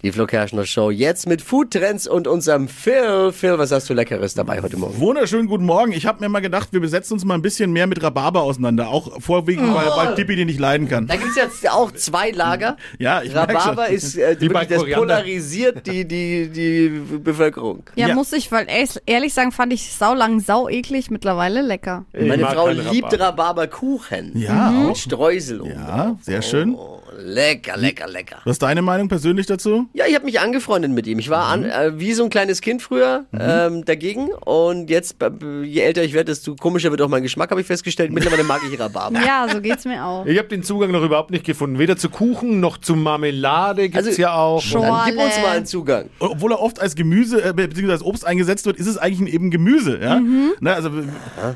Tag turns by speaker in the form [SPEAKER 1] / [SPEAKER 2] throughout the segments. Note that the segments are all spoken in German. [SPEAKER 1] Die Flo Kerschner Show jetzt mit Foodtrends und unserem Phil. Phil, was hast du Leckeres dabei heute Morgen?
[SPEAKER 2] Wunderschönen guten Morgen. Ich habe mir mal gedacht, wir besetzen uns mal ein bisschen mehr mit Rhabarber auseinander. Auch vorwiegend, weil, weil Tippi den nicht leiden kann.
[SPEAKER 1] Da gibt es jetzt auch zwei Lager.
[SPEAKER 2] Ja, ich merk
[SPEAKER 1] Rhabarber
[SPEAKER 2] schon.
[SPEAKER 1] ist äh,
[SPEAKER 3] Wie bei
[SPEAKER 1] wirklich, das
[SPEAKER 3] Koriander.
[SPEAKER 1] polarisiert die, die, die Bevölkerung.
[SPEAKER 4] Ja,
[SPEAKER 2] Ja.
[SPEAKER 4] muss ich, weil ehrlich- ehrlich sagen, fand ich saulang, sau eklig, mittlerweile lecker.
[SPEAKER 1] Meine
[SPEAKER 3] mag
[SPEAKER 1] Frau
[SPEAKER 3] keinen
[SPEAKER 1] liebt
[SPEAKER 3] Rhabarber.
[SPEAKER 1] Rhabarberkuchen. Mhm.
[SPEAKER 2] Ja,
[SPEAKER 1] Mit
[SPEAKER 2] auch.
[SPEAKER 1] Streuselung.
[SPEAKER 2] Ja, sehr schön.
[SPEAKER 1] Oh, lecker, lecker, lecker.
[SPEAKER 2] Was ist deine Meinung persönlich dazu?
[SPEAKER 1] Ja, ich habe mich angefreundet mit ihm. Ich war an, äh, wie so ein kleines Kind früher ähm, dagegen und jetzt, äh, je älter ich werde, desto komischer wird auch mein Geschmack, habe ich festgestellt. Mittlerweile mag ich Rhabarber.
[SPEAKER 4] Ja, so geht's mir auch.
[SPEAKER 3] Ich habe den Zugang noch überhaupt nicht gefunden. Weder zu Kuchen noch zu Marmelade gibt's
[SPEAKER 1] Also-
[SPEAKER 3] ja auch.
[SPEAKER 4] Schon.
[SPEAKER 1] Dann gib uns
[SPEAKER 4] Schorle.
[SPEAKER 1] mal einen Zugang.
[SPEAKER 2] Und Obwohl er oft als Gemüse äh, bzw. als Obst eingesetzt wird, ist es eigentlich ein eben Gemüse. Ja? Ne, also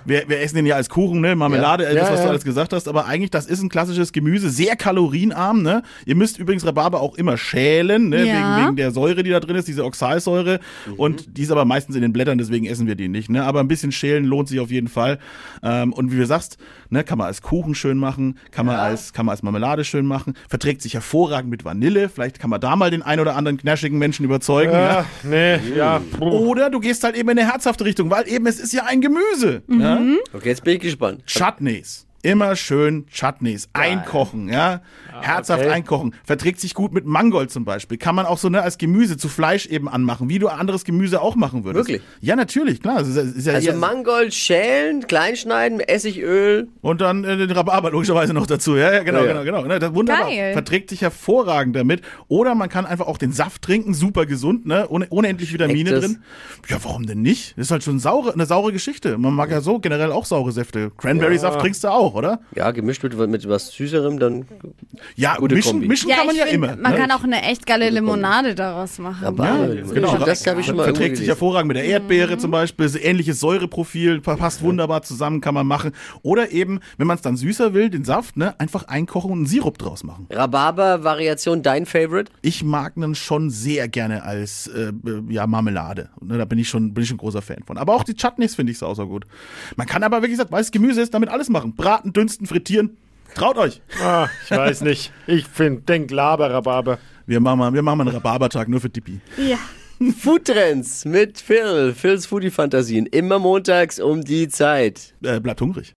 [SPEAKER 2] wir, wir essen den ja als Kuchen, ne? Marmelade, äh, das,
[SPEAKER 3] Mhm. Ja,
[SPEAKER 2] was
[SPEAKER 3] ja.
[SPEAKER 2] du alles gesagt hast. Aber eigentlich, das ist ein klassisches Gemüse, sehr kalorienarm. Ne? Ihr müsst übrigens Rhabarber auch immer schälen, ne?
[SPEAKER 4] Ja.
[SPEAKER 2] wegen, wegen der Säure, die da drin ist, diese Oxalsäure. Und die ist aber meistens in den Blättern, deswegen essen wir die nicht. Ne? Aber ein bisschen schälen lohnt sich auf jeden Fall. Ähm, und wie du sagst, ne, kann man als Kuchen schön machen, kann, man als, kann man als Marmelade schön machen, verträgt sich hervorragend mit Vanille. Vielleicht kann man da mal den einen oder anderen knaschigen Menschen überzeugen. Ja.
[SPEAKER 3] Ja, Ah, nee, ja. Oh.
[SPEAKER 2] Oder du gehst halt eben in eine herzhafte Richtung, weil eben es ist ja ein Gemüse. Ja?
[SPEAKER 1] Okay, jetzt bin ich gespannt.
[SPEAKER 2] Chutneys. Immer schön Chutneys. Einkochen, ja.
[SPEAKER 1] Ah,
[SPEAKER 2] Herzhaft
[SPEAKER 3] okay.
[SPEAKER 2] einkochen. Verträgt sich gut mit Mangold zum Beispiel. Kann man auch so ne, als Gemüse zu Fleisch eben anmachen, wie du anderes Gemüse auch machen würdest.
[SPEAKER 1] Wirklich?
[SPEAKER 2] Ja, natürlich, klar. Es Ist, ja- es ist ja,
[SPEAKER 1] Also
[SPEAKER 2] ja-
[SPEAKER 1] Mangold schälen, kleinschneiden, Essigöl.
[SPEAKER 2] Und dann äh, den Rhabarber logischerweise noch dazu. Ja, ja, genau,
[SPEAKER 1] Ja, ja.
[SPEAKER 2] genau, genau. Ne, Das wunderbar.
[SPEAKER 4] Geil.
[SPEAKER 2] Verträgt sich hervorragend damit. Oder man kann einfach auch den Saft trinken, super gesund, ne? Ohne, unendlich Vitamine
[SPEAKER 1] es?
[SPEAKER 2] drin. Ja, warum denn nicht? Das ist halt schon saure, eine saure Geschichte. Man mag ja so generell auch saure Säfte. Cranberry-Saft trinkst du auch, oder?
[SPEAKER 1] Ja, gemischt mit, mit was Süßerem, dann
[SPEAKER 2] Ja,
[SPEAKER 1] Gute
[SPEAKER 2] mischen,
[SPEAKER 1] Kombi.
[SPEAKER 2] mischen
[SPEAKER 4] ja,
[SPEAKER 2] kann man
[SPEAKER 4] ich
[SPEAKER 2] ja
[SPEAKER 4] find,
[SPEAKER 2] immer.
[SPEAKER 4] Man
[SPEAKER 2] ne?
[SPEAKER 4] kann auch eine echt geile Limonade daraus machen.
[SPEAKER 1] Rhabarber.
[SPEAKER 2] Ja, genau.
[SPEAKER 1] Das habe ich schon mal irgendwo
[SPEAKER 2] Verträgt sich
[SPEAKER 1] gelesen.
[SPEAKER 2] hervorragend mit
[SPEAKER 4] Mhm.
[SPEAKER 2] der Erdbeere zum Beispiel, so ähnliches Säureprofil, pa- passt wunderbar zusammen, kann man machen. Oder eben, wenn man es dann süßer will, den Saft, ne, einfach einkochen und einen Sirup draus machen.
[SPEAKER 1] Rhabarber-Variation, dein Favorite?
[SPEAKER 2] Ich mag ihn schon sehr gerne als äh, ja, Marmelade. Ne, da bin ich schon bin ich ein großer Fan von. Aber auch die Chutneys finde ich so außer gut. Man kann aber, wie gesagt, weil es Gemüse ist, damit alles machen. Braten, dünsten, frittieren. Traut euch.
[SPEAKER 3] Ah, ich weiß nicht. Ich find, denk Laber, Rhabarber.
[SPEAKER 2] Wir machen mal, wir machen mal einen Rhabarbertag nur für Tippi.
[SPEAKER 4] Ja.
[SPEAKER 1] Foodtrends mit Phil. Phils Foodie-Fantasien. Immer montags um die Zeit.
[SPEAKER 2] Äh, bleibt hungrig.